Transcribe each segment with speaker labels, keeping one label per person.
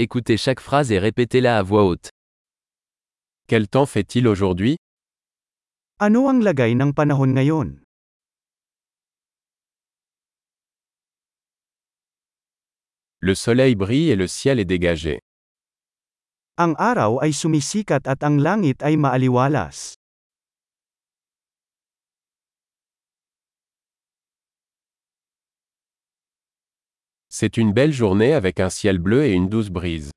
Speaker 1: Écoutez chaque phrase et répétez-la à voix haute. Quel temps fait-il aujourd'hui
Speaker 2: Ano ang lagay ng panahon ngayon?
Speaker 1: Le soleil brille et le ciel est dégagé.
Speaker 2: Ang araw ay sumisikat at ang langit ay maaliwalas.
Speaker 1: C'est une belle journée avec un ciel bleu et une douce brise.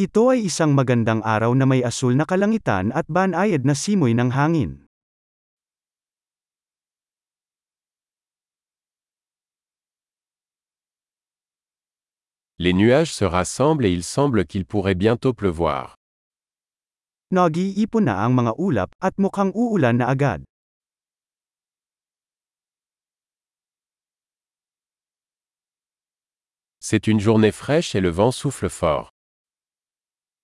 Speaker 2: Ito ay isang magandang araw na may asul na kalangitan at banayad na simoy ng hangin.
Speaker 1: Les nuages se rassemblent et il semble qu'il pourrait bientôt pleuvoir.
Speaker 2: Nag-iipon na ang mga ulap at mukhang uulan na agad.
Speaker 1: C'est une journée fraîche et le vent souffle fort.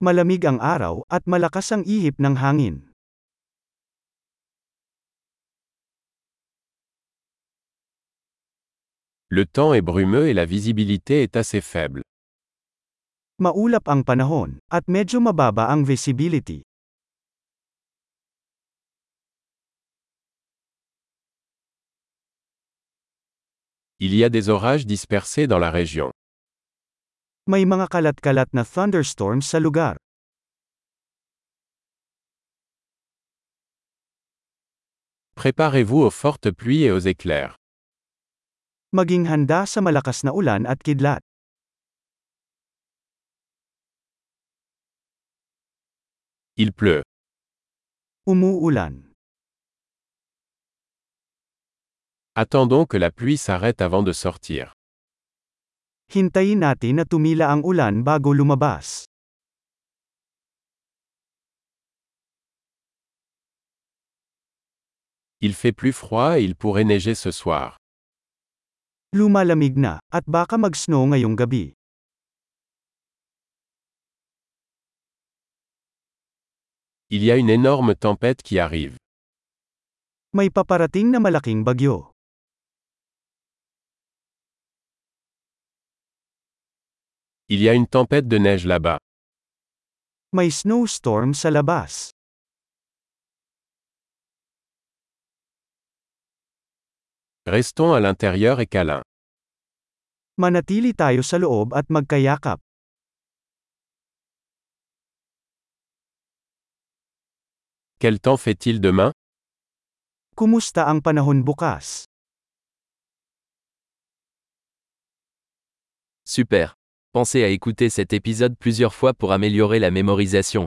Speaker 2: Malamig ang araw at malakas ang ihip ng hangin.
Speaker 1: Le temps est brumeux et la visibilité est assez faible.
Speaker 2: Maulap ang panahon at medyo mababa ang visibility.
Speaker 1: Il y a des orages dispersés dans la région.
Speaker 2: May mga kalat-kalat na thunderstorms sa lugar.
Speaker 1: Préparez-vous aux fortes pluies et aux éclairs.
Speaker 2: Maging handa sa malakas na ulan at kidlat.
Speaker 1: Il pleut.
Speaker 2: Umuulan.
Speaker 1: Attendons que la pluie s'arrête avant de sortir.
Speaker 2: Hintayin natin na tumila ang ulan bago lumabas.
Speaker 1: Il fait plus froid et il pourrait neiger ce soir.
Speaker 2: Lumalamig na at baka mag-snow ngayong gabi.
Speaker 1: Il y a une énorme tempête qui arrive.
Speaker 2: May paparating na malaking bagyo.
Speaker 1: Il y a une tempête de neige là-bas.
Speaker 2: May snowstorm sa labas.
Speaker 1: Restons à l'intérieur et câlin.
Speaker 2: Manatili tayo sa loob at magkayakap.
Speaker 1: Quel temps fait-il demain
Speaker 2: Kumusta ang panahon bukas?
Speaker 3: Super. Pensez à écouter cet épisode plusieurs fois pour améliorer la mémorisation.